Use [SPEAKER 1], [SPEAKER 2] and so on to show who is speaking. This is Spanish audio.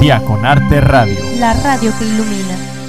[SPEAKER 1] Vía con Arte Radio.
[SPEAKER 2] La radio que ilumina.